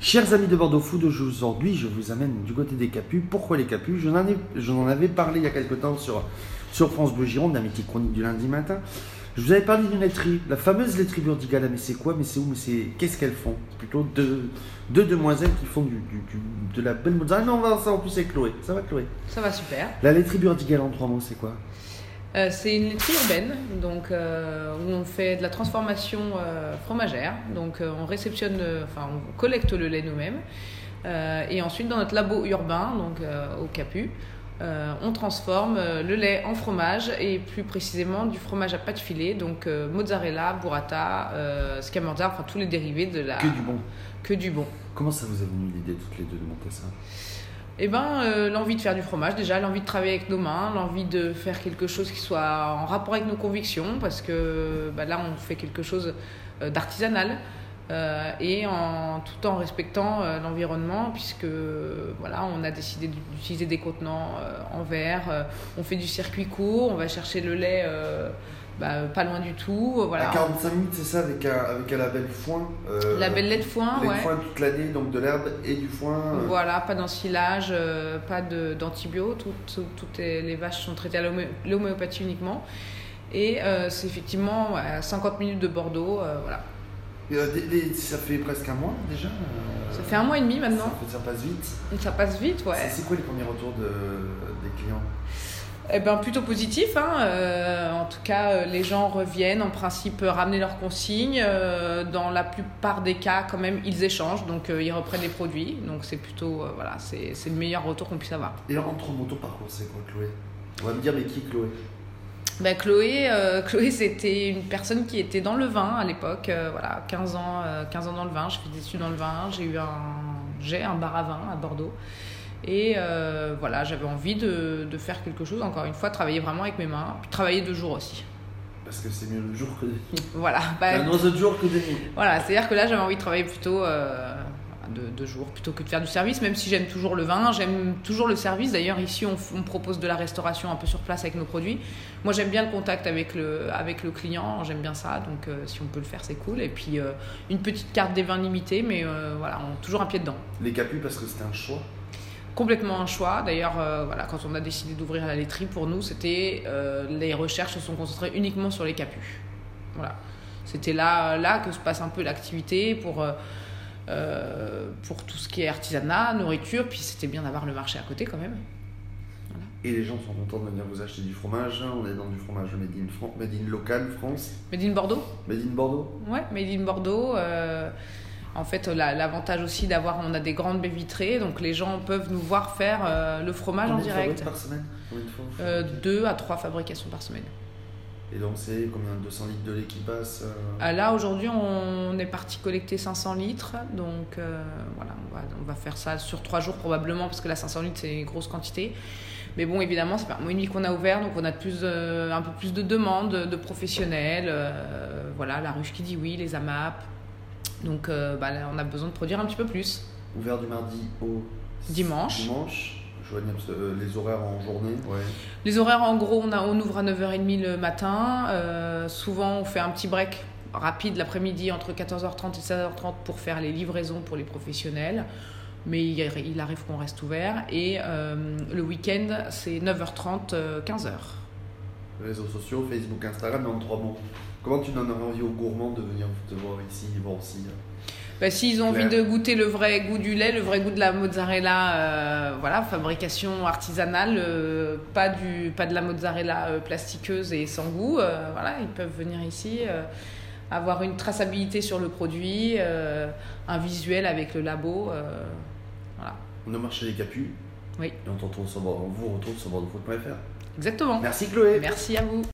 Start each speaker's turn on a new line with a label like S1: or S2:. S1: Chers amis de Bordeaux Food, aujourd'hui je vous amène du côté des Capus. Pourquoi les Capus Je n'en ai- je n'en avais parlé il y a quelque temps sur, sur France Bleu Gironde, la mythique chronique du lundi matin. Je vous avais parlé d'une laiterie, la fameuse laiterie Burdigala. Mais c'est quoi Mais c'est où Mais c'est qu'est-ce qu'elles font C'est plutôt deux, deux demoiselles qui font du, du- du- de la belle mozzarella. Mais on va voir ça en plus c'est Chloé. Ça va Chloé
S2: Ça va super.
S1: La laiterie Burdigala en trois mots, c'est quoi
S2: Euh, c'est une laiterie urbaine, donc euh, où on fait de la transformation euh, fromagère. Donc euh, on réceptionne, euh, enfin on collecte le lait nous-mêmes, Euh, et ensuite dans notre labo urbain, donc euh, au Capu, euh, on transforme euh, le lait en fromage et plus précisément du fromage à pâte filée, donc euh, mozzarella, burrata, euh, scamorza, enfin tous les dérivés de la
S1: Que du bon.
S2: que du bon.
S1: Comment ça vous est venu l'idée toutes les deux de monter ça
S2: Eh ben, euh, l'envie de faire du fromage déjà, l'envie de travailler avec nos mains, l'envie de faire quelque chose qui soit en rapport avec nos convictions, parce que bah, là, on fait quelque chose euh, d'artisanal euh, et en, tout en respectant euh, l'environnement, puisque voilà, on a décidé d'utiliser des contenants euh, en verre, euh, on fait du circuit court, on va chercher le lait euh, bah, pas loin du tout, euh, voilà.
S1: À 45 minutes, c'est ça, avec un, avec un label foin. euh,
S2: La belle lait de foin,
S1: Avec
S2: Ah, ouais.
S1: foin toute l'année, donc de l'herbe et du foin. euh,
S2: Voilà, pas d'ensilage, euh, pas de- d'antibio, tout- tout- toutes les les vaches sont traitées à l'homé- l'homéopathie uniquement. Et euh, c'est effectivement ouais, à 50 minutes de Bordeaux, euh, voilà.
S1: et, euh, des- des- ça fait presque un mois déjà. euh,
S2: Ça fait un mois et demi maintenant,
S1: Ça, fait- ça passe vite.
S2: ça passe vite, ouais.
S1: C'est- C'est quoi les premiers retours de- des clients
S2: Eh ben plutôt positif, hein. Euh, en tout cas euh, les gens reviennent, en principe euh, ramener leurs consignes, Euh, dans la plupart des cas quand même ils échangent, donc euh, ils reprennent les produits, donc c'est plutôt, euh, voilà, c'est c'est le meilleur retour qu'on puisse avoir.
S1: Et entre mon tour parcours, c'est quoi Chloé On va me dire, mais qui Chloé
S2: Bah, Chloé, euh, Chloé c'était une personne qui était dans le vin à l'époque, euh, voilà, 15 ans, euh, 15 ans dans le vin, je fais des études dans le vin, j'ai eu un, j'ai un bar à vin à Bordeaux. Et euh, voilà, j'avais envie de, de faire quelque chose, encore une fois, travailler vraiment avec mes mains, puis travailler deux jours aussi.
S1: Parce que c'est mieux le jour que de nuit.
S2: Voilà, bah,
S1: Un autre jour que de nuit.
S2: voilà, c'est-à-dire que là, j'avais envie de travailler plutôt euh, deux, deux jours plutôt que de faire du service, même si j'aime toujours le vin, j'aime toujours le service. D'ailleurs, ici, on, f- on propose de la restauration un peu sur place avec nos produits. Moi, j'aime bien le contact avec le, avec le client, j'aime bien ça, donc euh, si on peut le faire, c'est cool. Et puis, euh, une petite carte des vins limitée, mais euh, voilà, on, toujours un pied dedans.
S1: Les capus, parce que c'était un choix.
S2: Complètement un choix. D'ailleurs, euh, voilà, quand on a décidé d'ouvrir la laiterie, pour nous, c'était euh, les recherches se sont concentrées uniquement sur les capus. Voilà. C'était là, là que se passe un peu l'activité pour, euh, euh, pour tout ce qui est artisanat, nourriture. Puis c'était bien d'avoir le marché à côté quand même.
S1: Et les gens sont contents de venir vous acheter du fromage. hein. On est dans du fromage made in, Fran- made in local, France,
S2: Made in Bordeaux
S1: made in Bordeaux.
S2: Ouais, Made in Bordeaux. euh, en fait, la- l'avantage aussi d'avoir, on a des grandes baies vitrées, donc les gens peuvent nous voir faire euh, le fromage en
S1: Combien de fois
S2: direct.
S1: par semaine Combien de fois vous
S2: Euh,
S1: faites
S2: deux à trois fabrications par semaine.
S1: Et donc c'est combien 200 litres de lait qui passe euh,
S2: Euh, Là, aujourd'hui, on est parti collecter 500 litres. Donc, euh, voilà, on va, on va faire ça sur trois jours probablement, parce que là, 500 litres, c'est une grosse quantité. Mais bon, évidemment, c'est pas un mois et demi qu'on a ouvert, donc on a de plus, euh, un peu plus de demandes de professionnels. euh, voilà, la ruche qui dit oui, les AMAP. Donc, euh, bah, là, on a besoin de produire un petit peu plus.
S1: Ouvert du mardi au
S2: Dimanche.
S1: Dimanche. Joignable, euh, les horaires en journée. Ouais.
S2: Les horaires, en gros, on, a- on ouvre à 9h30 le matin. Euh, souvent, on fait un petit break rapide l'après-midi entre 14h30 et 16h30 pour faire les livraisons pour les professionnels. Mais il, arri- il arrive qu'on reste ouvert. Et euh, le week-end, c'est 9h30, euh, 15h.
S1: Réseaux sociaux, Facebook, Instagram, en trois mots. Comment tu donnes envie aux gourmands de venir te voir ici, voir aussi euh,
S2: Bah, S'ils ont envie
S1: Claire.
S2: de goûter le vrai goût du lait, le vrai goût de la mozzarella, euh, voilà, fabrication artisanale, euh, pas, du, pas de la mozzarella euh, plastiqueuse et sans goût, euh, voilà, ils peuvent venir ici, euh, avoir une traçabilité sur le produit, euh, un visuel avec le labo. euh, voilà,
S1: On a marché les capus.
S2: Oui.
S1: Et on, te retrouve sur, Bordeaux- on vous retrouve sur bordeauxfoot.fr.
S2: exactement.
S1: Merci Chloé.
S2: Merci à vous.